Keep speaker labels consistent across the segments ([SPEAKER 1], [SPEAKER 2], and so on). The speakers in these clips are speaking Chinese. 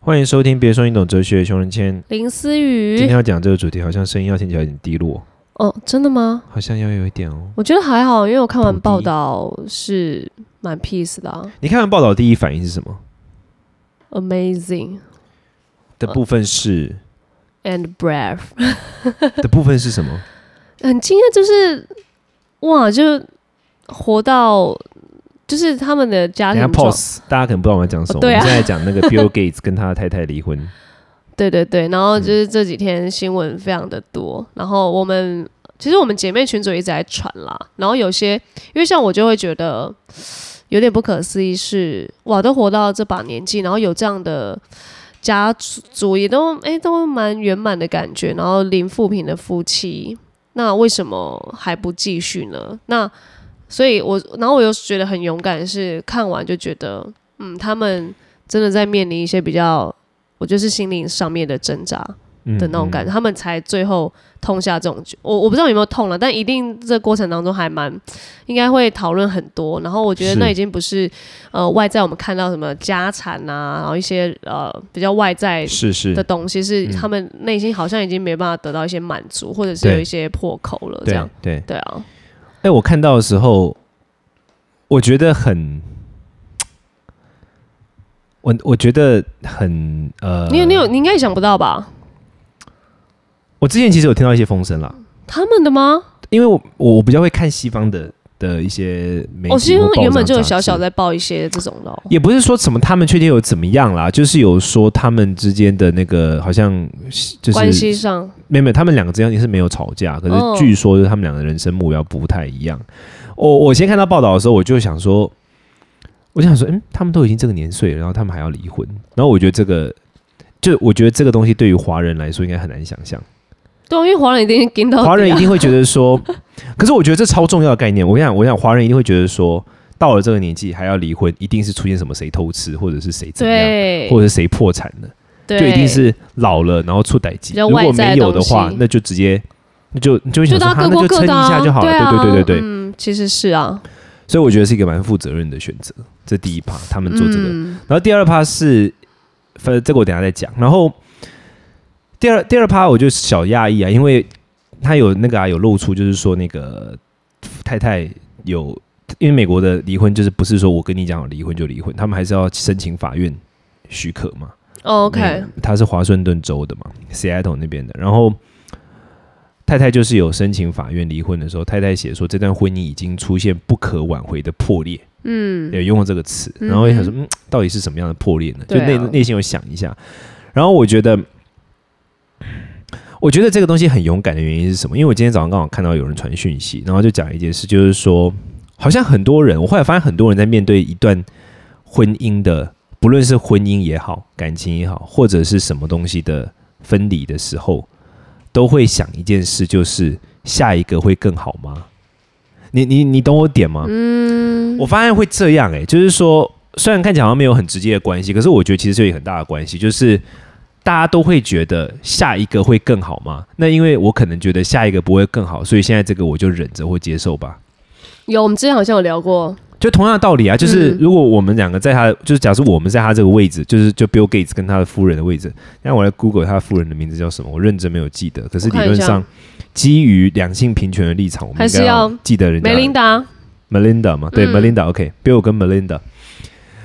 [SPEAKER 1] 欢迎收听《别说你懂哲学》，熊仁谦。
[SPEAKER 2] 林思
[SPEAKER 1] 今天
[SPEAKER 2] 雨，
[SPEAKER 1] 要讲这个主题，好像声音要听起来有点低落，
[SPEAKER 2] 哦，真的吗？
[SPEAKER 1] 好像要有一点哦。
[SPEAKER 2] 我觉得还好，因为我看
[SPEAKER 1] 土
[SPEAKER 2] 完
[SPEAKER 1] 地
[SPEAKER 2] 报道是蛮 peace 的、啊、
[SPEAKER 1] 你看完报道，第一反应是什么？
[SPEAKER 2] ，amazing
[SPEAKER 1] 的部分是
[SPEAKER 2] and brave， 哦
[SPEAKER 1] 的部分是什么？
[SPEAKER 2] 很惊讶，就是哇，就活到就是他们的家
[SPEAKER 1] 等
[SPEAKER 2] 庭
[SPEAKER 1] 一下
[SPEAKER 2] 状
[SPEAKER 1] pause，大家可能不知道我们在讲什么。
[SPEAKER 2] 哦对啊
[SPEAKER 1] 我们现在讲那个 Bill Gates 跟他太太离婚，
[SPEAKER 2] 对对对，然后就是这几天新闻非常的多，然后我们其实我们姐妹群组一直在传啦，然后有些因为像我就会觉得有点不可思议是，哇，都活到这把年纪，然后有这样的家族也都哎、都蛮圆满的感觉，然后零负评的夫妻，那为什么还不继续呢？那所以我，然后我又觉得很勇敢，是看完就觉得，嗯，他们真的在面临一些比较我就是心灵上面的挣扎
[SPEAKER 1] 嗯
[SPEAKER 2] 的那种感觉，他们才最后痛下这种决。我我不知道有没有痛了，但一定这过程当中还蛮应该会讨论很多。然后我觉得
[SPEAKER 1] 是
[SPEAKER 2] 那已经不是呃外在我们看到什么家产啊，然后一些呃比较外在
[SPEAKER 1] 嗯是是
[SPEAKER 2] 的，东西，是
[SPEAKER 1] 嗯
[SPEAKER 2] 他们内心好像已经没办法得到一些满足，或者是
[SPEAKER 1] 对
[SPEAKER 2] 有一些破口了这
[SPEAKER 1] 对
[SPEAKER 2] 样。
[SPEAKER 1] 对。
[SPEAKER 2] 对啊，
[SPEAKER 1] 哎，我看到的时候，我觉得很，我我觉得很呃，
[SPEAKER 2] 你有你有你应该也想不到吧？
[SPEAKER 1] 我之前其实有听到一些风声啦，
[SPEAKER 2] 他们的吗？
[SPEAKER 1] 因为我我我比较会看西方的的一些媒体，
[SPEAKER 2] 我是因为哦原本就有小
[SPEAKER 1] 杂志
[SPEAKER 2] 小，在报一些这种的哦、
[SPEAKER 1] 也不是说什么他们确定有怎么样啦，就是有说他们之间的那个好像就是
[SPEAKER 2] 关系上，
[SPEAKER 1] 没有没有，他们两个之间也是没有吵架，可
[SPEAKER 2] 哦
[SPEAKER 1] 是据说就是他们两个人生目标不太一样。我我先看到报道的时候，我就想说，我就想说，嗯，他们都已经这个年岁了，然后他们还要离婚，然后我觉得这个。就我觉得这个东西对于华人来说应该很难想象，
[SPEAKER 2] 对啊，因为黄磊一定盯到底啊
[SPEAKER 1] 华人一定会觉得说， 可是我觉得这超重要的概念。我跟你讲，我跟你讲，华人一定会觉得说，到了这个年纪还要离婚，一定是出现什么谁偷吃，或者是谁怎么样，
[SPEAKER 2] 对，
[SPEAKER 1] 或者是谁破产了。
[SPEAKER 2] 对，
[SPEAKER 1] 就一定是老了然后出歹疾。
[SPEAKER 2] 比较
[SPEAKER 1] 如果
[SPEAKER 2] 外在
[SPEAKER 1] 没
[SPEAKER 2] 的
[SPEAKER 1] 有的话
[SPEAKER 2] 东西，
[SPEAKER 1] 那就直接那就你就会想
[SPEAKER 2] 就
[SPEAKER 1] 说，
[SPEAKER 2] 大家
[SPEAKER 1] 哈
[SPEAKER 2] 各
[SPEAKER 1] 那
[SPEAKER 2] 过
[SPEAKER 1] 就撑
[SPEAKER 2] 各
[SPEAKER 1] 一
[SPEAKER 2] 的、啊，
[SPEAKER 1] 下就好了。
[SPEAKER 2] 对啊，
[SPEAKER 1] 对对对对，
[SPEAKER 2] 嗯，其实是啊，
[SPEAKER 1] 所以我觉得是一个蛮负责任的选择。这第一趴，他们做这个，
[SPEAKER 2] 嗯、
[SPEAKER 1] 然后第二趴是，反正这个我等一下再讲。然后第二第二趴我就小讶异啊，因为他有那个啊有露出，就是说那个太太有，因为美国的离婚就是不是说我跟你讲好离婚就离婚，他们还是要申请法院许可嘛。
[SPEAKER 2] 哦 OK，
[SPEAKER 1] 那他是华盛顿州的嘛，Seattle 那边的。然后太太就是有申请法院离婚的时候，太太写说这段婚姻已经出现不可挽回的破裂，
[SPEAKER 2] 嗯，
[SPEAKER 1] 也用了这个词。
[SPEAKER 2] 嗯哼
[SPEAKER 1] 然后也想说，嗯，到底是什么样的破裂呢？就
[SPEAKER 2] 对啊
[SPEAKER 1] 内内心有想一下。然后我觉得。我觉得这个东西很勇敢的原因是什么？因为我今天早上刚好看到有人传讯息，然后就讲一件事，就是说，好像很多人，我后来发现很多人在面对一段婚姻的，不论是婚姻也好，感情也好，或者是什么东西的分离的时候，都会想一件事，就是下一个会更好吗？你你你懂我点吗？嗯，我发现会这样、欸，就是说，虽然看起来好像没有很直接的关系，可是我觉得其实这有很大的关系，就是。大家都会觉得下一个会更好吗？那因为我可能觉得下一个不会更好，所以现在这个我就忍着或接受吧。
[SPEAKER 2] 有，我们之前好像有聊过，
[SPEAKER 1] 就同样的道理啊，就是
[SPEAKER 2] 嗯
[SPEAKER 1] 如果我们两个在他，就是假设我们在他这个位置，就是就 Bill Gates 跟他的夫人的位置，那我来 Google 他的夫人的名字叫什么，我认真没有记得。可是理论
[SPEAKER 2] 我看
[SPEAKER 1] 上
[SPEAKER 2] 一，
[SPEAKER 1] 基于两性平权的立场，我们
[SPEAKER 2] 还
[SPEAKER 1] 应
[SPEAKER 2] 是
[SPEAKER 1] 该
[SPEAKER 2] 要
[SPEAKER 1] 要记得人家
[SPEAKER 2] 梅琳达，
[SPEAKER 1] Melinda 嘛，对、
[SPEAKER 2] 嗯
[SPEAKER 1] Melinda，OK，Bill、跟 Melinda，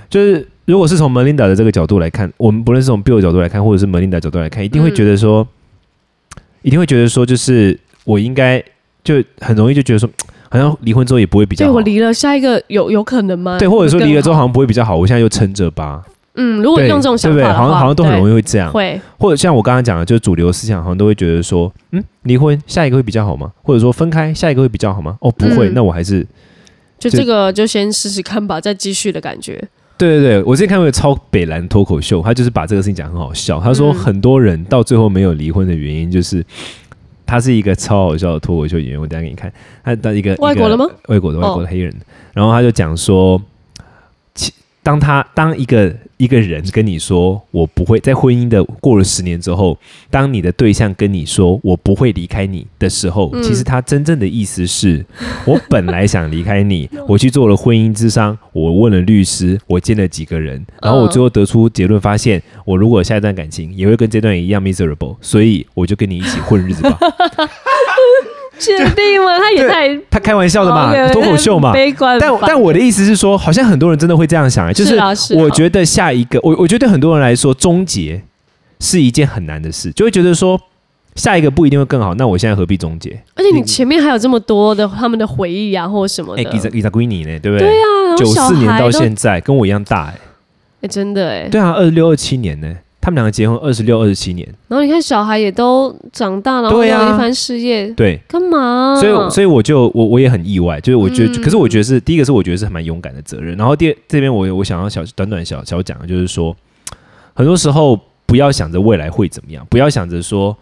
[SPEAKER 1] 就是如果是从 Melinda 的这个角度来看，我们不论是从 Bill 的角度来看，或者是 Melinda 的角度来看，一定会觉
[SPEAKER 2] 嗯
[SPEAKER 1] 得说，一定会觉得说，就是我应该就很容易就觉得说，好像离婚之后也不会比较
[SPEAKER 2] 对
[SPEAKER 1] 好
[SPEAKER 2] 我。离了，下一个有有可能吗？
[SPEAKER 1] 对，或者说离了之后
[SPEAKER 2] 更好，
[SPEAKER 1] 好像不会比较好，我现在就撑着吧。
[SPEAKER 2] 嗯，如果
[SPEAKER 1] 对，
[SPEAKER 2] 用这种想法
[SPEAKER 1] 对
[SPEAKER 2] 的
[SPEAKER 1] 不
[SPEAKER 2] 话，
[SPEAKER 1] 对？好像好像都很容
[SPEAKER 2] 易
[SPEAKER 1] 易会这样，
[SPEAKER 2] 会，
[SPEAKER 1] 或者像我刚刚讲的，就是主流思想好像都会觉得说，嗯，离婚下一个会比较好吗？或者说分开下一个会比较好吗？哦，不会，
[SPEAKER 2] 嗯
[SPEAKER 1] 那我还是
[SPEAKER 2] 就
[SPEAKER 1] 这
[SPEAKER 2] 这个就先试试看吧，再继续的感觉，
[SPEAKER 1] 对对对，我之前看过一个超北蓝脱口秀，他就是把这个事情讲得很好笑。他说
[SPEAKER 2] 嗯
[SPEAKER 1] 很多人到最后没有离婚的原因就是。他是一个超好笑的脱口秀演员，我等一下给你看。他的一个
[SPEAKER 2] 外国的吗？
[SPEAKER 1] 一个外国的，外国的黑人。然后他就讲说，其当他当一个一个人跟你说我不会在婚姻的过了十年之后，当你的对象跟你说我不会离开你的时候，
[SPEAKER 2] 嗯
[SPEAKER 1] 其实他真正的意思是，我本来想离开 你，我去做了婚姻之商，我问了律师，我见了几个人，然后我
[SPEAKER 2] 嗯
[SPEAKER 1] 最后得出结论，发现我如果有下一段感情也会跟这段一样 miserable，所以我就跟你一起混日子 吧。
[SPEAKER 2] 确定吗？他也
[SPEAKER 1] 对
[SPEAKER 2] 太
[SPEAKER 1] 他开玩笑的嘛
[SPEAKER 2] OK，，
[SPEAKER 1] 脱口秀嘛
[SPEAKER 2] 太。悲观吧。
[SPEAKER 1] 但但我的意思是说，好像很多人真的会这样想，哎就是
[SPEAKER 2] 是啊是啊
[SPEAKER 1] 我觉得下一个，我我觉得很多人来说，终结是一件很难的事，就会觉得说下一个不一定会更好，那我现在何必终结？
[SPEAKER 2] 而且你前面还有这么多的他们的回忆啊，或什么
[SPEAKER 1] 哎
[SPEAKER 2] 的，，
[SPEAKER 1] 伊扎伊扎圭尼呢，对不
[SPEAKER 2] 对
[SPEAKER 1] 对？
[SPEAKER 2] 啊，然后
[SPEAKER 1] 九
[SPEAKER 2] 小
[SPEAKER 1] 四年
[SPEAKER 2] 孩
[SPEAKER 1] 到
[SPEAKER 2] 都
[SPEAKER 1] 现在跟我一样大哎、
[SPEAKER 2] 哎真的哎，
[SPEAKER 1] 对啊，嗯二六二七年呢、他们两个结婚二十六二十七年，
[SPEAKER 2] 然后你看小孩也都长大，然后
[SPEAKER 1] 对
[SPEAKER 2] 有
[SPEAKER 1] 啊
[SPEAKER 2] 一番事业，
[SPEAKER 1] 对，
[SPEAKER 2] 干嘛？
[SPEAKER 1] 所以，所以我就我我也很意外，就是我觉得，
[SPEAKER 2] 嗯
[SPEAKER 1] 可是我觉得是第一个是我觉得是蛮勇敢的责任，然后第二这边我我想要小短短小小讲的就是说，很多时候不要想着未来会怎么样，不要想着说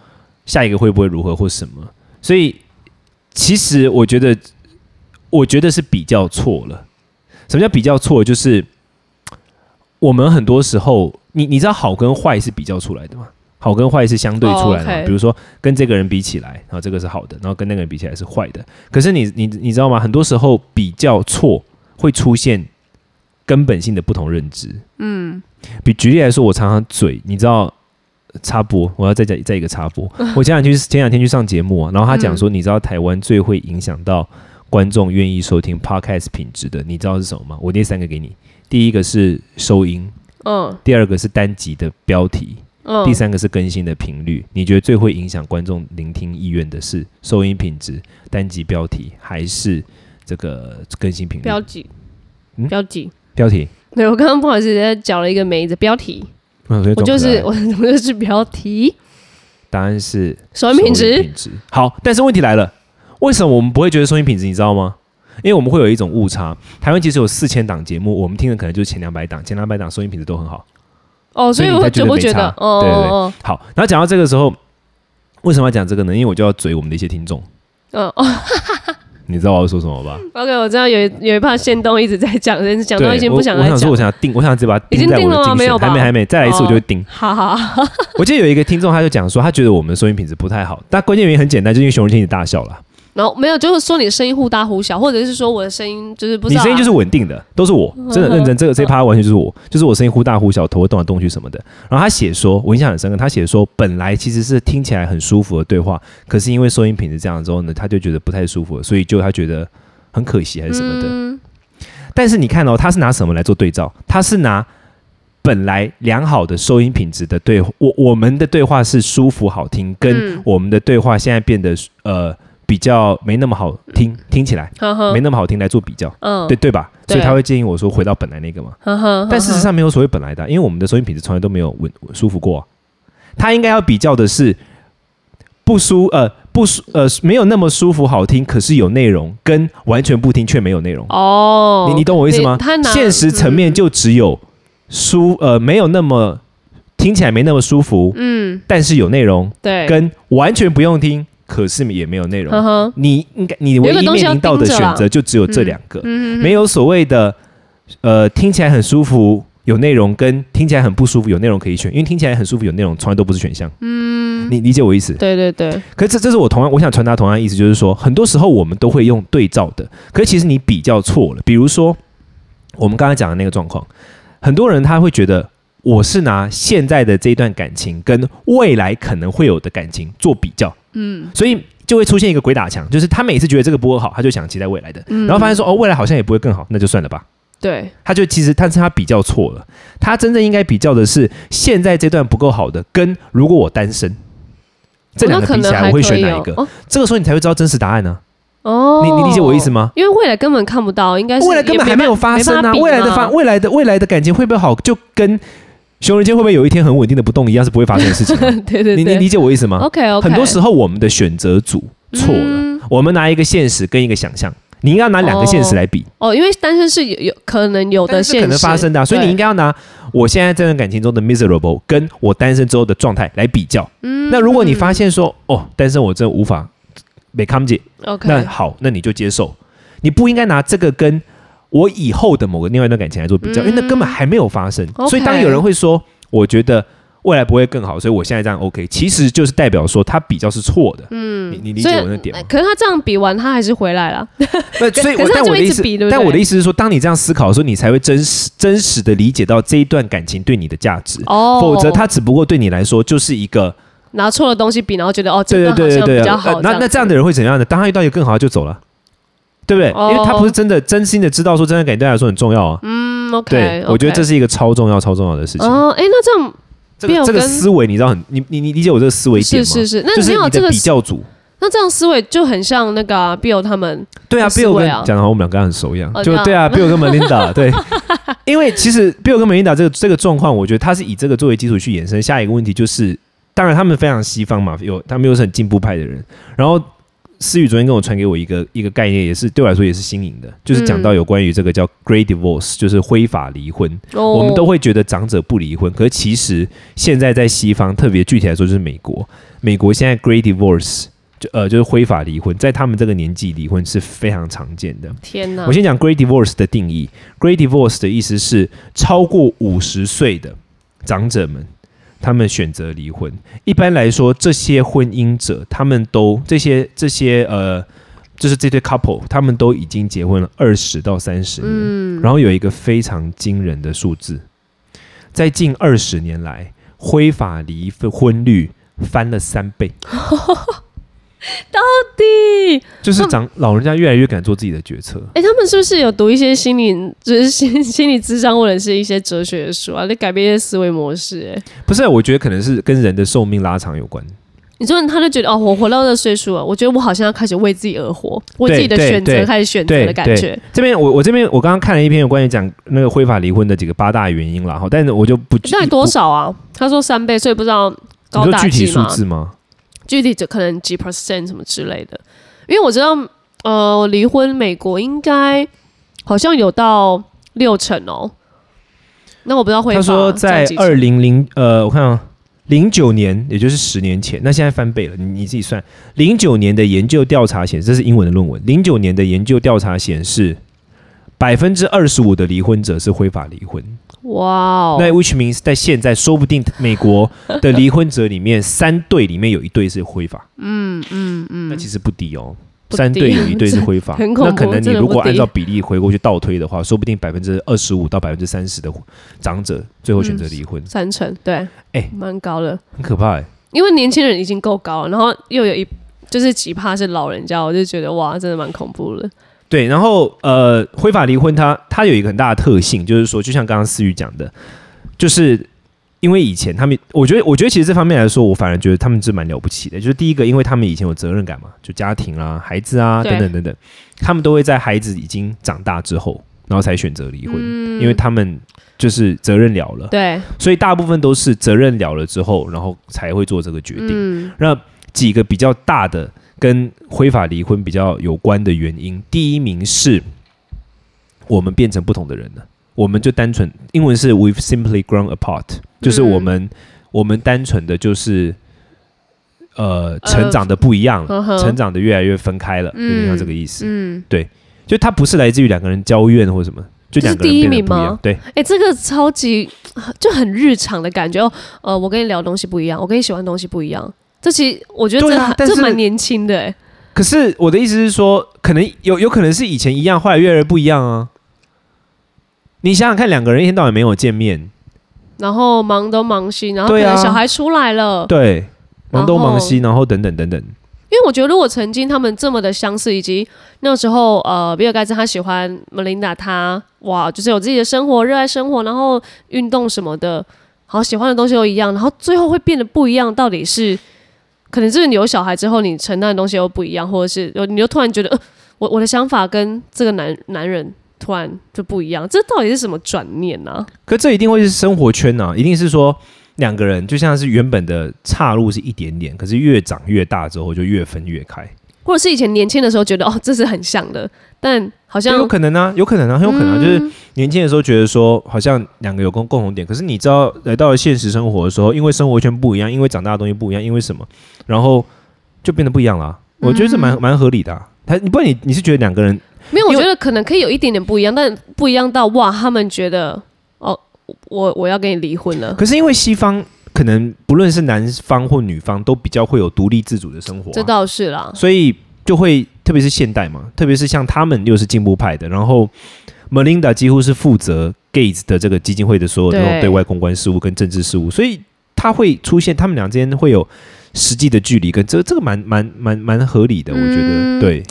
[SPEAKER 1] 下一个会不会如何或什么，所以其实我觉得，我觉得是比较错了。什么叫比较错？就是我们很多时候，你你知道好跟坏是比较出来的吗？好跟坏是相对出来的嘛
[SPEAKER 2] 哦，OK
[SPEAKER 1] 比如说跟这个人比起来，然后这个是好的，然后跟那个人比起来是坏的。可是你你你知道吗？很多时候比较错会出现根本性的不同认知。嗯，比举例来说，我常常嘴，你知道插播，我要再讲再一个插 播。我前两天去前两天去上节目、啊，然后他
[SPEAKER 2] 嗯
[SPEAKER 1] 讲说，你知道台湾最会影响到观众愿意收听 podcast 品质的，你知道是什么吗？我念三个给你，第一个是收音，
[SPEAKER 2] 嗯
[SPEAKER 1] 第二个是单集的标题，
[SPEAKER 2] 嗯，
[SPEAKER 1] 第三个是更新的频率。你觉得最会影响观众聆听意愿的是收音品质、单集标题，还是这个更新频率？
[SPEAKER 2] 标记
[SPEAKER 1] 嗯，
[SPEAKER 2] 标记。
[SPEAKER 1] 标题，
[SPEAKER 2] 对我刚刚不好意思讲了一个梅子标题，
[SPEAKER 1] 嗯，所以
[SPEAKER 2] 我
[SPEAKER 1] 总
[SPEAKER 2] 就
[SPEAKER 1] 之来
[SPEAKER 2] 是我 我就是标题，
[SPEAKER 1] 答案是
[SPEAKER 2] 首音品
[SPEAKER 1] 收音
[SPEAKER 2] 质
[SPEAKER 1] 品质好，但是问题来了，为什么我们不会觉得收音品质？你知道吗？因为我们会有一种误差。台湾其实有四千档节目，我们听的可能就是前两百档，前两百档收音品质都很好。
[SPEAKER 2] 哦，所以我
[SPEAKER 1] 所
[SPEAKER 2] 就
[SPEAKER 1] 以
[SPEAKER 2] 会
[SPEAKER 1] 你才觉得没
[SPEAKER 2] 觉得
[SPEAKER 1] 差
[SPEAKER 2] 哦
[SPEAKER 1] 对对对
[SPEAKER 2] 哦
[SPEAKER 1] 好，然后讲到这个时候，为什么要讲这个呢？因为我就要嘴我们的一些听众，
[SPEAKER 2] 哦哦
[SPEAKER 1] 你知道我要说什么吧？
[SPEAKER 2] ，OK，我知道有一有一趴线动一直在讲，但是讲
[SPEAKER 1] 对，
[SPEAKER 2] 到已经不想
[SPEAKER 1] 我我
[SPEAKER 2] 再
[SPEAKER 1] 想
[SPEAKER 2] 讲
[SPEAKER 1] 说，我，想要定，我想直接把它
[SPEAKER 2] 已经
[SPEAKER 1] 在我
[SPEAKER 2] 定了
[SPEAKER 1] 的
[SPEAKER 2] 吗
[SPEAKER 1] 精
[SPEAKER 2] 没有
[SPEAKER 1] 选，还没
[SPEAKER 2] 吧哦
[SPEAKER 1] 还没，再来一次我就会定。
[SPEAKER 2] 好好好，
[SPEAKER 1] 我记得有一个听众，他就讲说，他觉得我们的收音品质不太好，但关键原因很简单，就是因为熊仁谦你大笑了，
[SPEAKER 2] 然后没有就是说你的声音忽大忽小，或者是说我的声音就是不知
[SPEAKER 1] 你
[SPEAKER 2] 道啊，嗯
[SPEAKER 1] 声音就是稳定的，都是我，真的认真，这个这一趴完全就是我，就是我声音忽大忽小，头会动来动去什么的。然后他写说，我印象很深刻，他写说本来其实是听起来很舒服的对话，可是因为收音品质这样之后呢，他就觉得不太舒服了，所以就他觉得很可惜还是什么的。
[SPEAKER 2] 嗯
[SPEAKER 1] 但是你看哦，他是拿什么来做对照？他是拿本来良好的收音品质的对我我们的对话是舒服好听，跟
[SPEAKER 2] 嗯
[SPEAKER 1] 我们的对话现在变得呃比较没那么好
[SPEAKER 2] 嗯
[SPEAKER 1] 听，听起来
[SPEAKER 2] 呵呵
[SPEAKER 1] 没，那么好听来做比较，
[SPEAKER 2] 嗯
[SPEAKER 1] 对，对吧？所以
[SPEAKER 2] 对嗯
[SPEAKER 1] 他会建议我说回到本来那个嘛。
[SPEAKER 2] 呵呵，
[SPEAKER 1] 但事实
[SPEAKER 2] 呵
[SPEAKER 1] 上没有所谓本来的啊，因为我们的收音品质从来都没有稳稳舒服过啊、他应该要比较的是不舒呃不舒呃没有那么舒服好听，可是有内容，跟完全不听却没有内容。
[SPEAKER 2] 呵哦，
[SPEAKER 1] 你你懂我意思吗
[SPEAKER 2] 你他？拿嗯
[SPEAKER 1] 现实层面就只有舒呃没有那么听起来没那么舒服，
[SPEAKER 2] 嗯，
[SPEAKER 1] 但是有内容，
[SPEAKER 2] 对，嗯
[SPEAKER 1] 跟完全不用听，可是也没有内
[SPEAKER 2] 呵
[SPEAKER 1] 容。
[SPEAKER 2] 呵，
[SPEAKER 1] 你应该你唯
[SPEAKER 2] 有一
[SPEAKER 1] 一
[SPEAKER 2] 个东西
[SPEAKER 1] 面
[SPEAKER 2] 要
[SPEAKER 1] 临到的
[SPEAKER 2] 盯着
[SPEAKER 1] 选
[SPEAKER 2] 啦
[SPEAKER 1] 择就只有这两个，
[SPEAKER 2] 嗯，
[SPEAKER 1] 没有所谓的呃听起来很舒服。有内容跟听起来很不舒服，有内容可以选，因为听起来很舒服，有内容从来都不是选项。嗯，你理解我意思？
[SPEAKER 2] 对对对，
[SPEAKER 1] 可是这这是我同样我想传达同样的意思，就是说，很多时候我们都会用对照的，可是其实你比较错了。比如说我们刚才讲的那个状况，很多人他会觉得我是拿现在的这一段感情跟未来可能会有的感情做比较，嗯，所以。就会出现一个鬼打墙，就是他每次觉得这个不够好，他就想期待未来的，然后发现说哦，未来好像也不会更好，那就算了吧。
[SPEAKER 2] 对，
[SPEAKER 1] 他就其实，但是他比较错了，他真正应该比较的是现在这段不够好的，跟如果我单身，这两个
[SPEAKER 2] 哦那可
[SPEAKER 1] 比起
[SPEAKER 2] 能
[SPEAKER 1] 来，
[SPEAKER 2] 还
[SPEAKER 1] 我会
[SPEAKER 2] 可
[SPEAKER 1] 选
[SPEAKER 2] 以
[SPEAKER 1] 哪一
[SPEAKER 2] 哦
[SPEAKER 1] 个？
[SPEAKER 2] 哦
[SPEAKER 1] 这个时候你才会知道真实答案呢、啊
[SPEAKER 2] 哦，
[SPEAKER 1] 你你理解我意思吗？
[SPEAKER 2] 因为未来根本看不到，应该是
[SPEAKER 1] 未来根本还没有发生啊，未来的发
[SPEAKER 2] 方
[SPEAKER 1] 未来的未来的感情会不会好，就跟熊人间会不会有一天很稳定的不动一样，是不会发生的事情 啊、
[SPEAKER 2] 对对对，
[SPEAKER 1] 你你理解我意思吗？
[SPEAKER 2] OK OK，
[SPEAKER 1] 很多时候我们的选择组错了，
[SPEAKER 2] 嗯
[SPEAKER 1] 我们拿一个现实跟一个想象，你应该要拿两个现实来比。
[SPEAKER 2] 哦，因为单身是有有可能有的
[SPEAKER 1] 但是
[SPEAKER 2] 现
[SPEAKER 1] 可
[SPEAKER 2] 实
[SPEAKER 1] 能发生的啊、所以你应
[SPEAKER 2] 该
[SPEAKER 1] 该要拿我现在这段感情中的 miserable 跟我单身之后的状态来比较。那如果你发现说，哦，单身我真的无法没康姐，
[SPEAKER 2] OK
[SPEAKER 1] 那好，那你就接受。你不应该拿这个跟我以后的某个另外一段感情来做比较，因为那根本还没有发生。
[SPEAKER 2] 嗯 OK
[SPEAKER 1] 所以当有人会说，我觉得未来不会更好，所以我现在这样 OK，其实就是代表说他比较是错的。嗯，你你理解
[SPEAKER 2] 所以
[SPEAKER 1] 我那点吗？
[SPEAKER 2] 可是他这样比完，他还是回 来了。
[SPEAKER 1] 那所以
[SPEAKER 2] 可
[SPEAKER 1] 我
[SPEAKER 2] 是他
[SPEAKER 1] 但
[SPEAKER 2] 就
[SPEAKER 1] 我的
[SPEAKER 2] 一
[SPEAKER 1] 意
[SPEAKER 2] 直
[SPEAKER 1] 思
[SPEAKER 2] 比对，不
[SPEAKER 1] 但我的
[SPEAKER 2] 对
[SPEAKER 1] 意思是说，当你这样思考的时候，你才会真实真实的理解到这一段感情对你的价值。
[SPEAKER 2] 哦，
[SPEAKER 1] 否则，它只不过对你来说就是一个
[SPEAKER 2] 拿错了东西比，然后觉得哦，这
[SPEAKER 1] 对
[SPEAKER 2] 个
[SPEAKER 1] 对
[SPEAKER 2] 好
[SPEAKER 1] 对
[SPEAKER 2] 像
[SPEAKER 1] 对对，
[SPEAKER 2] 比较
[SPEAKER 1] 呃
[SPEAKER 2] 好。
[SPEAKER 1] 那那这样的人会怎样呢？当他遇到一个更好，他就走了，对不对？因为他不是真的真心的知道说，这段感情对他来说很重要啊。
[SPEAKER 2] 哦嗯，OK，
[SPEAKER 1] 对，我觉得这
[SPEAKER 2] 是
[SPEAKER 1] 是一个超重要、超重要的事情。
[SPEAKER 2] 哦，哎，那这样
[SPEAKER 1] 这个
[SPEAKER 2] 没有
[SPEAKER 1] 这个
[SPEAKER 2] 跟
[SPEAKER 1] 思维，你知道很，你你你理解我这个思维点
[SPEAKER 2] 是
[SPEAKER 1] 吗？
[SPEAKER 2] 是是，那
[SPEAKER 1] 就
[SPEAKER 2] 没
[SPEAKER 1] 是
[SPEAKER 2] 有
[SPEAKER 1] 你
[SPEAKER 2] 这
[SPEAKER 1] 的
[SPEAKER 2] 个
[SPEAKER 1] 比，较组。
[SPEAKER 2] 那这样思维就很像那个啊 Bill 他们
[SPEAKER 1] 对啊
[SPEAKER 2] 思
[SPEAKER 1] ，Bill
[SPEAKER 2] 维
[SPEAKER 1] 跟
[SPEAKER 2] 啊
[SPEAKER 1] 讲的好像我们两个很熟一样
[SPEAKER 2] 哦，
[SPEAKER 1] 就
[SPEAKER 2] 这
[SPEAKER 1] 对啊，Bill 跟 Melinda 对，因为其实 Bill 跟 Melinda 这个这个状况，我觉得他是以这个作为基础去衍生下一个问题，就是当然他们非常西方嘛，有他们又是很进步派的人，然后。思雨昨天跟我传给我一个一个概念，也是对我来说也是新颖的，就是讲
[SPEAKER 2] 嗯
[SPEAKER 1] 到有关于这个叫 “Great Divorce”，就是灰法离婚。我
[SPEAKER 2] 我
[SPEAKER 1] 们都会觉得长者不离婚，可是其实现在在西方，特别具体来说就是美国，美国现在 Great Divorce 就呃就是灰法离婚，在他们这个年纪离婚是非常常见的。
[SPEAKER 2] 天哪
[SPEAKER 1] 我，先讲 Great Divorce 的定义，Great Divorce 的意思是超过五十岁的长者们。他们选择离婚，一般来说，这些婚姻者，他们都这些这些呃，就是这对 couple，他们都已经结婚了二十到三十年，
[SPEAKER 2] 嗯，
[SPEAKER 1] 然后有一个非常惊人的数字，在近二十年来，灰法离婚率翻了三倍，
[SPEAKER 2] 弟，
[SPEAKER 1] 就是长老人家越来越敢做自己的决策。
[SPEAKER 2] 哎，他们是不是有读一些心理，就是心心理智商或者是一些哲学的书啊，来改变一些思维模式？哎，
[SPEAKER 1] 不是，啊我觉得可能是跟人的寿命拉长有关。
[SPEAKER 2] 你说他就觉得哦，我活到这个岁数了，我觉得我好像要开始为自己而活，为
[SPEAKER 1] 对
[SPEAKER 2] 自己的
[SPEAKER 1] 对
[SPEAKER 2] 选择
[SPEAKER 1] 对
[SPEAKER 2] 开始选择
[SPEAKER 1] 对
[SPEAKER 2] 的感
[SPEAKER 1] 对
[SPEAKER 2] 觉。
[SPEAKER 1] 这边我我这边我刚刚看了一篇有关于讲那个灰法离婚的几个八大原因啦，哈，但是我就不具
[SPEAKER 2] 到底多少啊？他说三倍，所以不知道
[SPEAKER 1] 你
[SPEAKER 2] 高
[SPEAKER 1] 说
[SPEAKER 2] 达
[SPEAKER 1] 具体
[SPEAKER 2] 几
[SPEAKER 1] 数
[SPEAKER 2] 嘛？
[SPEAKER 1] 字吗？
[SPEAKER 2] 具体就可能几 percent 什么之类的。因为我知道，呃，离婚美国应该好像有到六成哦。那我不知道会
[SPEAKER 1] 他说在
[SPEAKER 2] 二
[SPEAKER 1] 二零零呃，我看啊，零九年，也就是十年前，那现在翻倍了，你你自己算。零九年的研究调查显示，这是英文的论文。零九年的研究调查显示，百分之二十五的离婚者是非法离婚。
[SPEAKER 2] 哇哦，
[SPEAKER 1] 那 which means 在现在，说不定美国的离婚者里 面，三对里面有一对是非法。嗯嗯嗯，那其实不低哦。
[SPEAKER 2] 不低，
[SPEAKER 1] 三对有一对是非法
[SPEAKER 2] 很恐怖
[SPEAKER 1] 那可能你
[SPEAKER 2] 真的
[SPEAKER 1] 如果
[SPEAKER 2] 不低
[SPEAKER 1] 按照比例回过去倒推的话，说不定百分之二十五到百分之三十的长者最后选择离婚。
[SPEAKER 2] 三成对，
[SPEAKER 1] 哎
[SPEAKER 2] 蛮高的。
[SPEAKER 1] 很可怕哎、
[SPEAKER 2] 因为年轻人已经够高了，然后又有一就是几趴是老人家，我就觉得哇，真的蛮恐怖的。
[SPEAKER 1] 对，然后呃，灰法离婚它它有一个很大的特性，就是说，就像刚刚思雨讲的，就是因为以前他们，我觉得我觉得其实这方面来说，我反而觉得他们是蛮了不起的。就是第一个，因为他们以前有责任感嘛，就家庭啦、孩子啊
[SPEAKER 2] 对
[SPEAKER 1] 等等等等，他们都会在孩子已经长大之后，然后才选择离婚，因为他们就是责任了了。
[SPEAKER 2] 嗯对，
[SPEAKER 1] 所以大部分都是责任了了之后，然后才会做这个决定。
[SPEAKER 2] 嗯，
[SPEAKER 1] 那几个比较大的跟灰法离婚比较有关的原因，第一名是我们变成不同的人了，我们就单纯英文是 we've simply grown apart，就是我
[SPEAKER 2] 嗯
[SPEAKER 1] 们、我们单纯的就是呃成长的不一样了，
[SPEAKER 2] 呵呵
[SPEAKER 1] 成长的越来越分开了，有点像
[SPEAKER 2] 呃嗯
[SPEAKER 1] 这个意思。
[SPEAKER 2] 嗯，
[SPEAKER 1] 就它不是来自于两个人交怨或什么。就两个人
[SPEAKER 2] 这是第一
[SPEAKER 1] 变得
[SPEAKER 2] 名
[SPEAKER 1] 不一样
[SPEAKER 2] 吗
[SPEAKER 1] 对，
[SPEAKER 2] 哎、这个超级就很日常的感觉哦。呃，我跟你聊的东西不一样，我跟你喜欢的东西不一样。这其实我觉得
[SPEAKER 1] 对
[SPEAKER 2] 这、
[SPEAKER 1] 啊但
[SPEAKER 2] 这
[SPEAKER 1] 是
[SPEAKER 2] 蛮年轻的哎，
[SPEAKER 1] 可是我的意思是说，可能有有可能是以前一样，后来越来越不一样啊。你想想看，两个人一天到晚没有见面，
[SPEAKER 2] 然后忙东忙西，然后可
[SPEAKER 1] 对啊
[SPEAKER 2] 能小孩出来了。
[SPEAKER 1] 对，忙东
[SPEAKER 2] 哦然后
[SPEAKER 1] 忙西，然后等等等等，
[SPEAKER 2] 因为我觉得如果曾经他们这么的相似，以及那时候呃，比尔盖茨他喜欢 Melinda，他哇，就是有自己的生活，热爱生活，然后运动什么的，好喜欢的东西都一样，然后最后会变得不一样，到底是可能就是你有小孩之后，你承担的东西又不一样，或者是你就突然觉得，呃、我我的想法跟这个男男人突然就不一样，这到底是什么转念呢、啊？
[SPEAKER 1] 可这一定会是生活圈呐、啊，一定是说两个人就像是原本的岔路是一点点，可是越长越大之后就越分越开，
[SPEAKER 2] 或者是以前年轻的时候觉得哦，这是很像的，但好像
[SPEAKER 1] 有可能啊，有可能啊，很有可能、啊，
[SPEAKER 2] 嗯
[SPEAKER 1] 就是年轻的时候觉得说好像两个有共共同点，可是你知道来到了现实生活的时候，因为生活圈不一样，因为长大的东西不一样，因为什么，然后就变得不一样了啊、我觉得这蛮蛮合理的、啊。他，你不然你你是觉得两个人
[SPEAKER 2] 没有，我
[SPEAKER 1] 因为
[SPEAKER 2] 觉得可能可以有一点点不一样，但不一样到哇，他们觉得哦，我我要跟你离婚了，
[SPEAKER 1] 可是因为西方可能不论是男方或女方，都比较会有独立自主的生活、啊，
[SPEAKER 2] 这倒是啦。
[SPEAKER 1] 所以就会特别是现代嘛，特别是像他们又是进步派的，然后 Melinda 几乎是负责 Gates 的这个基金会的所有那种
[SPEAKER 2] 对
[SPEAKER 1] 对外公关事务跟政治事务，所以他会出现他们俩之间会有实际的距离，跟这这个蛮蛮蛮蛮合理的，我觉得、
[SPEAKER 2] 嗯
[SPEAKER 1] 对，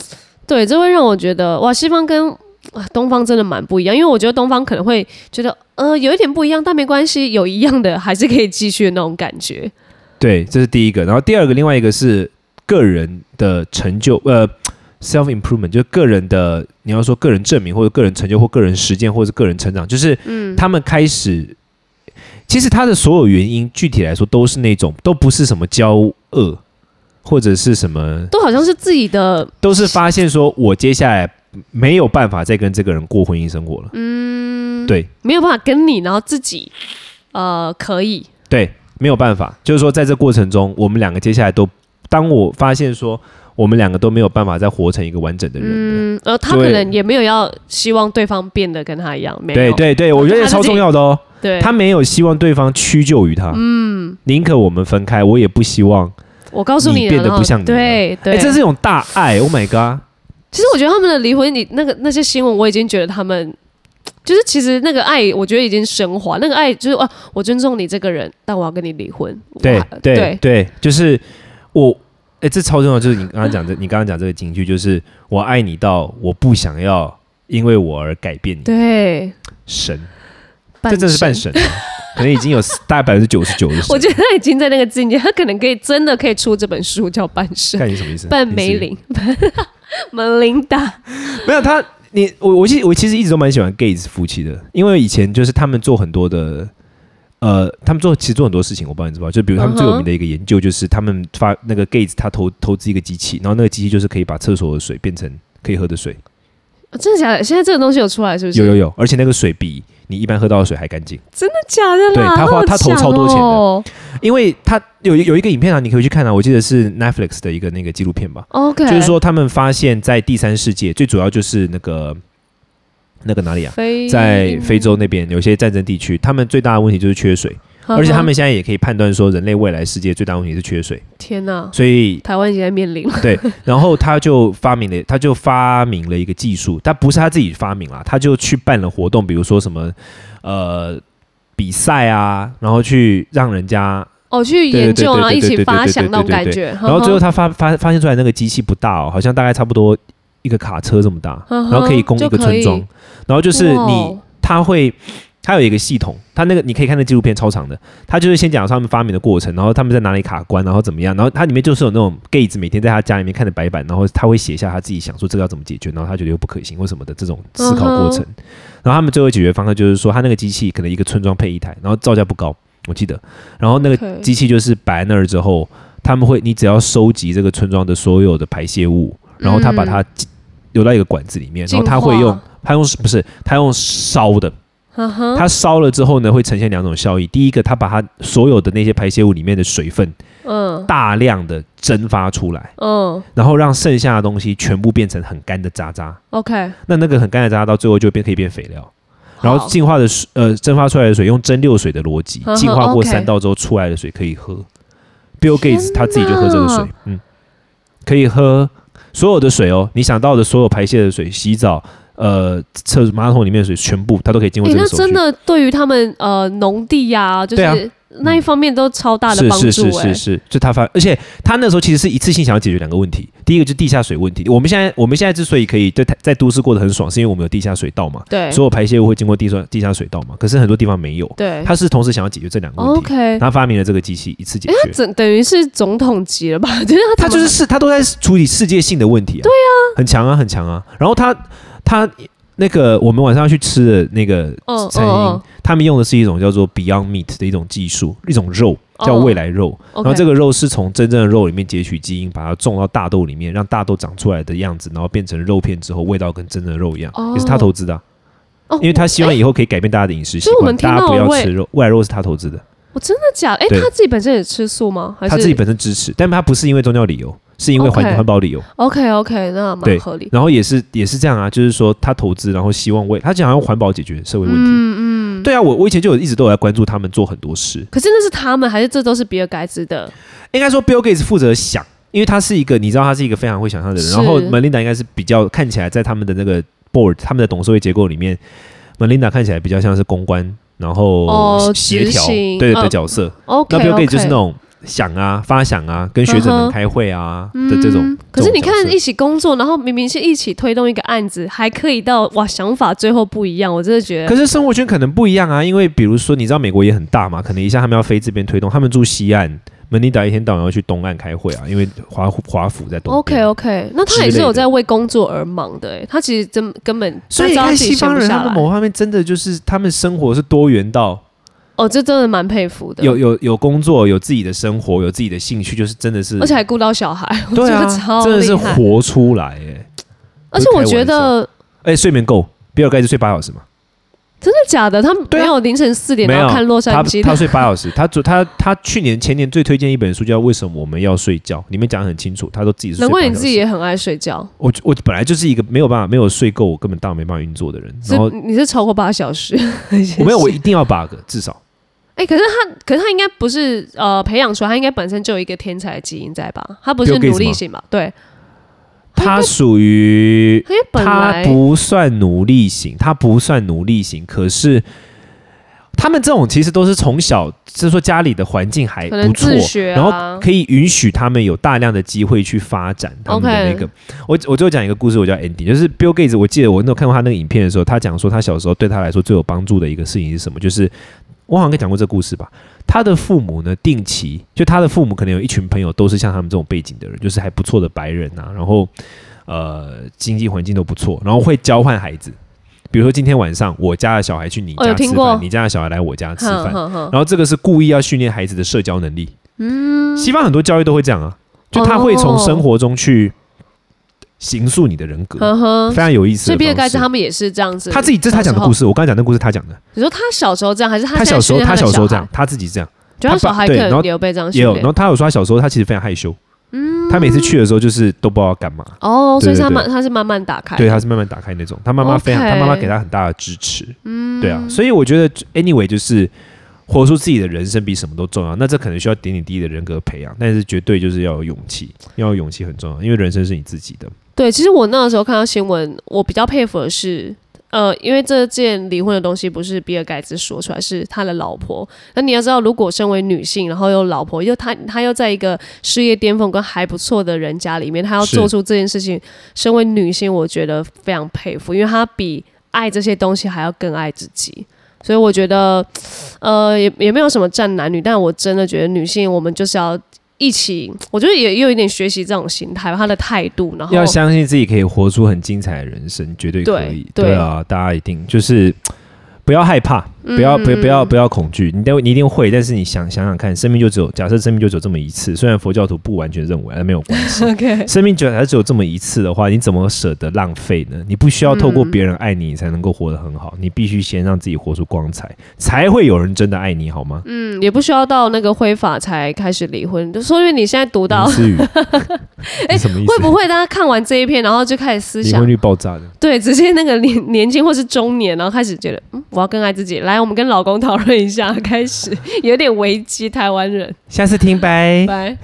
[SPEAKER 2] 对，这会让我觉得哇，西方跟啊东方真的蛮不一样，因为我觉得东方可能会觉得呃有一点不一样，但没关系，有一样的还是可以继续的那种感觉。
[SPEAKER 1] 对，这是第一个。然后第二个，另外一个是个人的成就，呃，self improvement，就是个人的，你要说个人证明或者个人成就或个人实践或者个人成长，就是他们开始，其实他的所有原因，具体来说都是那种，都不是什么骄恶或者是什么，
[SPEAKER 2] 都好像是自己的，
[SPEAKER 1] 都是发现说我接下来没有办法再跟这个人过婚姻生活了。
[SPEAKER 2] 嗯，
[SPEAKER 1] 对
[SPEAKER 2] 没有办法跟你，然后自己呃可以，
[SPEAKER 1] 对，没有办法，就是说在这过程中，我们两个接下来都，当我发现说我们两个都没有办法再活成一个完整的人了。
[SPEAKER 2] 嗯，呃，他可
[SPEAKER 1] 对
[SPEAKER 2] 能也没有要希望对方变得跟他一样，没
[SPEAKER 1] 对
[SPEAKER 2] 有，
[SPEAKER 1] 对对，我觉得
[SPEAKER 2] 他自己
[SPEAKER 1] 超重要的哦。
[SPEAKER 2] 对
[SPEAKER 1] 他没有希望对方屈就于他，嗯，宁可我们分开，我也不希望。
[SPEAKER 2] 我告诉
[SPEAKER 1] 你
[SPEAKER 2] 你了，
[SPEAKER 1] 变得
[SPEAKER 2] 然后
[SPEAKER 1] 不像你
[SPEAKER 2] 对对，
[SPEAKER 1] 哎，这是一种大爱，Oh my god！
[SPEAKER 2] 其实我觉得他们的离婚，你那个那些新闻，我已经觉得他们就是其实那个爱，我觉得已经升华。那个爱就是啊，我尊重你这个人，但我要跟你离婚。
[SPEAKER 1] 对
[SPEAKER 2] 哇
[SPEAKER 1] 对对，就是我，哎，这超重要。就是你刚刚讲这，你刚刚讲这个金句，就是我爱你到我不想要因为我而改变你。
[SPEAKER 2] 对，
[SPEAKER 1] 神，
[SPEAKER 2] 半
[SPEAKER 1] 这真的是半
[SPEAKER 2] 神。
[SPEAKER 1] 神 啊，可能已经有大概百分之九十九的神。
[SPEAKER 2] 我觉得他已经在那个境界，他可能可以真的可以出这本书叫《半神》。
[SPEAKER 1] 看你什么意思？
[SPEAKER 2] 半
[SPEAKER 1] 你
[SPEAKER 2] 梅林， 门铃大，
[SPEAKER 1] 是没有他，你我我其我其实一直都蛮喜欢 Gates 夫妻的，因为以前就是他们做很多的。呃，他们做其实做很多事情，我不知道你知不知道？就比如他们
[SPEAKER 2] 嗯哼
[SPEAKER 1] 最有名的一个研究，就是他们发那个 Gates 他投投资一个机器，然后那个机器就是可以把厕所的水变成可以喝的水，
[SPEAKER 2] 真的假的？现在这个东西有出来是不是？
[SPEAKER 1] 有有有，而且那个水比你一般喝到的水还干净，
[SPEAKER 2] 真的假的啦？
[SPEAKER 1] 对他花
[SPEAKER 2] 好
[SPEAKER 1] 他投
[SPEAKER 2] 强
[SPEAKER 1] 超多钱的
[SPEAKER 2] 哦
[SPEAKER 1] 因为他有有一个影片啊，你可以去看啊，我记得是 Netflix 的一个那个纪录片吧，
[SPEAKER 2] OK，
[SPEAKER 1] 就是说他们发现，在第三世界最主要就是那个那个哪里啊，
[SPEAKER 2] 非
[SPEAKER 1] 在非，洲那边有些战争地区，他们最大的问题就是缺水，
[SPEAKER 2] 呵呵
[SPEAKER 1] 而且他们现在也可以判断说，人类未来世界最大问题是缺水，
[SPEAKER 2] 天哪，
[SPEAKER 1] 所以
[SPEAKER 2] 台湾已经在面临了。
[SPEAKER 1] 对，然后他就发明了，他就发明了一个技术，但不是他自己发明啦，他就去办了活动，比如说什么呃比赛啊，然后去让人家，
[SPEAKER 2] 哦，去
[SPEAKER 1] 对
[SPEAKER 2] 研
[SPEAKER 1] 对
[SPEAKER 2] 究，
[SPEAKER 1] 对
[SPEAKER 2] 然后
[SPEAKER 1] 对
[SPEAKER 2] 一
[SPEAKER 1] 对
[SPEAKER 2] 起
[SPEAKER 1] 对
[SPEAKER 2] 发
[SPEAKER 1] 对
[SPEAKER 2] 想
[SPEAKER 1] 对
[SPEAKER 2] 那种
[SPEAKER 1] 对
[SPEAKER 2] 感
[SPEAKER 1] 对
[SPEAKER 2] 觉，然
[SPEAKER 1] 然后最后他发发发现出来那个机器不大哦，好像大概差不多一个卡车这么大，
[SPEAKER 2] 嗯哼
[SPEAKER 1] 然后可以供一个
[SPEAKER 2] 就可
[SPEAKER 1] 村
[SPEAKER 2] 以
[SPEAKER 1] 庄，然后就是你他会，他有一个系统，他那个你可以看那纪录片超长的，他就是先讲他们发明的过程，然后他们在哪里卡关，然后怎么样，然后它里面就是有那种 Gates 每天在他家里面看着白板，然后他会写下他自己想说这个要怎么解决，然后他觉得又不可行或什么的这种思考过
[SPEAKER 2] 嗯
[SPEAKER 1] 程。然后他们最后解决方案就是说，他那个机器可能一个村庄配一台，然后造价不高，我记得，然后那个
[SPEAKER 2] OK
[SPEAKER 1] 机器就是摆在那儿之后，他们会你只要收集这个村庄的所有的排泄物，然后他把它流到一个管子里面，然后他会
[SPEAKER 2] 嗯净化
[SPEAKER 1] 用他用不是他用烧的，
[SPEAKER 2] 呵呵
[SPEAKER 1] 它烧了之后呢，会呈现两种效益。第一个，它把它所有的那些排泄物里面的水分
[SPEAKER 2] 嗯
[SPEAKER 1] 大量的蒸发出来，
[SPEAKER 2] 嗯
[SPEAKER 1] 然后让剩下的东西全部变成很干的渣渣。
[SPEAKER 2] ，OK，
[SPEAKER 1] 那那个很干的渣渣到最后就变可以变肥料，然后
[SPEAKER 2] 好
[SPEAKER 1] 净化的水呃蒸发出来的水用蒸馏水的逻辑
[SPEAKER 2] 呵呵
[SPEAKER 1] 净化过
[SPEAKER 2] OK
[SPEAKER 1] 三道之后出来的水可以喝。Bill Gates
[SPEAKER 2] 天
[SPEAKER 1] 他自己就喝这个水
[SPEAKER 2] 哪，
[SPEAKER 1] 嗯，可以喝所有的水哦，你想到的所有排泄的水、洗澡、呃厕马桶里面的水，全部它都可以经过
[SPEAKER 2] 诶
[SPEAKER 1] 这个
[SPEAKER 2] 那
[SPEAKER 1] 手续
[SPEAKER 2] 真。的对于他们呃农地呀，就
[SPEAKER 1] 对啊
[SPEAKER 2] 是那一方面都超大的帮
[SPEAKER 1] 是
[SPEAKER 2] 助
[SPEAKER 1] 是是
[SPEAKER 2] 哎
[SPEAKER 1] 是，是，就他发，而且他那时候其实是一次性想要解决两个问题，第一个就是地下水问题。我们现在我们现在之所以可以在在都市过得很爽，是因为我们有地下水道嘛，
[SPEAKER 2] 对
[SPEAKER 1] 所有排泄物会经过地下地下水道嘛。可是很多地方没有，
[SPEAKER 2] 对
[SPEAKER 1] 他是同时想要解决这两个问题，
[SPEAKER 2] ，OK，
[SPEAKER 1] 然后发明了这个机器一次解决。
[SPEAKER 2] 整等于是总统级了吧？就是
[SPEAKER 1] 他
[SPEAKER 2] 他
[SPEAKER 1] 就是是他都在处理世界性的问题啊，对啊，很强啊，很强啊。然后他他那个我们晚上要去吃的那个
[SPEAKER 2] 嗯
[SPEAKER 1] 餐厅，
[SPEAKER 2] 嗯
[SPEAKER 1] 他们用的是一种叫做 Beyond Meat 的一种技术，一种肉叫
[SPEAKER 2] 哦
[SPEAKER 1] 未来肉。
[SPEAKER 2] 嗯，
[SPEAKER 1] 然后这
[SPEAKER 2] 个
[SPEAKER 1] 个肉是从真正的肉里面截取基因，把它种到大豆里面，让大豆长出来的样子，然后变成肉片之后，味道跟真正的肉一样，
[SPEAKER 2] 哦
[SPEAKER 1] 也是他投资的啊、因为他希望以后可以改变大家的饮食习
[SPEAKER 2] 所以我
[SPEAKER 1] 惯，
[SPEAKER 2] 们听
[SPEAKER 1] 大家不
[SPEAKER 2] 到
[SPEAKER 1] 要
[SPEAKER 2] 味
[SPEAKER 1] 吃肉，未来肉是他投资的，
[SPEAKER 2] 我真的假的？哎，
[SPEAKER 1] 对
[SPEAKER 2] 他自己本身也吃素吗？还是
[SPEAKER 1] 他自己本身支持，但他不是因为宗教理由，是因为环
[SPEAKER 2] OK
[SPEAKER 1] 环保理由。
[SPEAKER 2] OK OK，那蛮
[SPEAKER 1] 对
[SPEAKER 2] 合理。
[SPEAKER 1] 然后也是也是这样啊，就是说他投资，然后希望为他想要用环保解决社会问题。
[SPEAKER 2] 嗯嗯，
[SPEAKER 1] 对啊，我我以前就有一直都有在关注他们做很多事。
[SPEAKER 2] 可是那是他们还是这都是比尔盖茨的？
[SPEAKER 1] 应该说 Bill Gates 负责想，因为他是一个你知道他是一个非常会想象的人。
[SPEAKER 2] 是
[SPEAKER 1] 然后 Melinda 应该是比较看起来在他们的那个 board 他们的董事会结构里面，Melinda 看起来比较像是公关，然后
[SPEAKER 2] 哦
[SPEAKER 1] 协
[SPEAKER 2] 执
[SPEAKER 1] 调、
[SPEAKER 2] 行
[SPEAKER 1] 对的
[SPEAKER 2] 嗯
[SPEAKER 1] 角色。
[SPEAKER 2] OK，
[SPEAKER 1] 那 Bill Gates 就是那
[SPEAKER 2] OK
[SPEAKER 1] 种想啊、发想啊、跟学者
[SPEAKER 2] 嗯
[SPEAKER 1] 们
[SPEAKER 2] 哼
[SPEAKER 1] 开会啊、的这种
[SPEAKER 2] 嗯。可是你
[SPEAKER 1] 这种角
[SPEAKER 2] 看
[SPEAKER 1] 色
[SPEAKER 2] 一起工作，然后明明是一起推动一个案子，还可以到哇想法最后不一样，我真的觉得
[SPEAKER 1] 可是生活圈可能不一样啊，因为比如说，你知道美国也很大嘛，可能一下他们要飞这边推动，他们住西岸，门尼达一天到晚要去东岸开会啊，因为华华府在东
[SPEAKER 2] OK
[SPEAKER 1] 边。
[SPEAKER 2] OK。那他也是有在为工作而忙的、欸，他其实真根本
[SPEAKER 1] 所以你
[SPEAKER 2] 他知道
[SPEAKER 1] 看
[SPEAKER 2] 自己
[SPEAKER 1] 西方人，
[SPEAKER 2] 闲不
[SPEAKER 1] 他
[SPEAKER 2] 下
[SPEAKER 1] 们
[SPEAKER 2] 来
[SPEAKER 1] 某方面真的就是他们生活是多元到
[SPEAKER 2] 哦，这真的蛮佩服的，
[SPEAKER 1] 有有有工作，有自己的生活，有自己的兴趣，就是真的是
[SPEAKER 2] 而且还顾到小孩，我觉
[SPEAKER 1] 对
[SPEAKER 2] 得
[SPEAKER 1] 啊，
[SPEAKER 2] 超
[SPEAKER 1] 真的是
[SPEAKER 2] 厉害。
[SPEAKER 1] 活出来哎、欸、
[SPEAKER 2] 而且我觉得
[SPEAKER 1] 哎、睡眠够，比尔盖茨睡八小时嘛？
[SPEAKER 2] 真的假的，他没
[SPEAKER 1] 对啊
[SPEAKER 2] 有凌晨四点
[SPEAKER 1] 没有
[SPEAKER 2] 然后看洛杉
[SPEAKER 1] 他
[SPEAKER 2] 矶
[SPEAKER 1] 他
[SPEAKER 2] 的，
[SPEAKER 1] 睡八小时，他昨他他去年前年最推荐一本书叫《为什么我们要睡觉》，里面讲得很清楚，他都自己是睡
[SPEAKER 2] 难怪
[SPEAKER 1] 8
[SPEAKER 2] 你
[SPEAKER 1] 小时
[SPEAKER 2] 自己也很爱睡觉，
[SPEAKER 1] 我我本来就是一个没有办法没有睡够，我根本大没办法运作的人。
[SPEAKER 2] 是
[SPEAKER 1] 然后
[SPEAKER 2] 你是超过八小时？
[SPEAKER 1] 我没有，我一定要 bug，至 少
[SPEAKER 2] 哎、可是他，可是他应该不是呃培养出来，他应该本身就有一个天才的基因在吧？他不是
[SPEAKER 1] Bill Gates
[SPEAKER 2] 努力型吧？对，
[SPEAKER 1] 他属于
[SPEAKER 2] 因为本
[SPEAKER 1] 他
[SPEAKER 2] 来
[SPEAKER 1] 不算努力型，他不算努力型，可是他们这种其实都是从小，就是说家里的环境还
[SPEAKER 2] 可能
[SPEAKER 1] 不错
[SPEAKER 2] 自，学
[SPEAKER 1] 然后
[SPEAKER 2] 啊，
[SPEAKER 1] 可以允许他们有大量的机会去发展他们的
[SPEAKER 2] OK
[SPEAKER 1] 那个。我我就讲一个故事，我叫 Andy，就是 Bill Gates。我记得我那时候看过他那个影片的时候，他讲说他小时候对他来说最有帮助的一个事情是什么？就是我好像跟你讲过这个故事吧。他的父母呢，定期就他的父母可能有一群朋友都是像他们这种背景的人，就是还不错的白人啊，然后呃经济环境都不错，然后会交换孩子。比如说今天晚上我家的小孩去你
[SPEAKER 2] 哦
[SPEAKER 1] 家
[SPEAKER 2] 有听
[SPEAKER 1] 吃
[SPEAKER 2] 过
[SPEAKER 1] 饭，你家的小孩来我家吃
[SPEAKER 2] 哼
[SPEAKER 1] 饭，
[SPEAKER 2] 哼哼，
[SPEAKER 1] 然后这个是故意要训练孩子的社交 能力。嗯，西方很多教育都会这
[SPEAKER 2] 哦
[SPEAKER 1] 样啊，就他会从生活中去形塑你的人格，
[SPEAKER 2] 哼哼
[SPEAKER 1] 非。常有意思的方式。
[SPEAKER 2] 嗯所以比尔盖茨他们也是这样子，
[SPEAKER 1] 他自己这是他讲的故
[SPEAKER 2] 事。
[SPEAKER 1] 事，我刚才讲的故事他讲的，
[SPEAKER 2] 你说他小时候这样，还是
[SPEAKER 1] 他
[SPEAKER 2] 现
[SPEAKER 1] 小
[SPEAKER 2] 在
[SPEAKER 1] 时
[SPEAKER 2] 训
[SPEAKER 1] 候
[SPEAKER 2] 练
[SPEAKER 1] 他
[SPEAKER 2] 他
[SPEAKER 1] 小时候
[SPEAKER 2] 这
[SPEAKER 1] 这样，，他自己这样
[SPEAKER 2] 就他小孩可
[SPEAKER 1] 对然后
[SPEAKER 2] 能也有被这样训
[SPEAKER 1] 也有。
[SPEAKER 2] 练。
[SPEAKER 1] 然后他有说他小时候他其实非常害羞，嗯，他每次去的时候就是都不知道要干嘛，
[SPEAKER 2] 哦，所以是他
[SPEAKER 1] 对对
[SPEAKER 2] 慢他是慢慢打开，
[SPEAKER 1] 对，他是慢慢打开那种。他妈妈非常
[SPEAKER 2] OK
[SPEAKER 1] 他妈妈给他很大的支持，嗯，对啊，所以我觉得 anyway 就是活出自己的人生比什么都重要。那这可能需要点点滴滴的人格培养，但是绝对就是要有勇气，要有勇气很重要，因为人生是你自己的。
[SPEAKER 2] 对，其实我那个时候看到新闻，我比较佩服的是，呃，因为这件离婚的东西不是比尔盖茨说出来，是他的老婆。那你要知道，如果身为女性，然后有老婆，又他他又在一个事业巅峰跟还不错的人家里面，他要
[SPEAKER 1] 是
[SPEAKER 2] 做出这件事情，身为女性，我觉得非常佩服，因为她比爱这些东西还要更爱自己。所以我觉得，呃，也也没有什么站男女，但我真的觉得女性，我们就是要一起，我觉得也也有一点学习这种心态吧，她的态度，然后
[SPEAKER 1] 要相信自己可以活出很精彩的人生，绝对可以。
[SPEAKER 2] 对对
[SPEAKER 1] 啊，大家一定就是不要害怕，
[SPEAKER 2] 嗯
[SPEAKER 1] 不要不要不要不要恐惧，你都你一定会。但是你想想想看，生命就只有假设生命就只有这么一次，虽然佛教徒不完全认为，啊但没有关 系。
[SPEAKER 2] OK，
[SPEAKER 1] 生命就还只有这么一次的话，你怎么舍得浪费呢？你不需要透过
[SPEAKER 2] 嗯
[SPEAKER 1] 别人爱你，你才能够活得很好。你必须先让自己活出光彩，才会有人真的爱你，好吗？
[SPEAKER 2] 嗯，也不需要到那个灰法才开始离婚，就说明你现在读到
[SPEAKER 1] 林 思雨， 哎，什么意思？
[SPEAKER 2] 会不会大家看完这一篇，然后就开始思
[SPEAKER 1] 离
[SPEAKER 2] 想
[SPEAKER 1] 婚，率爆炸的？
[SPEAKER 2] 对，直接那个年年轻或是中年，然后开始觉得，嗯，我要更爱自己。来，我们跟老公 讨论一下，开始有点危机，台湾人，
[SPEAKER 1] 下次听拜。
[SPEAKER 2] 拜。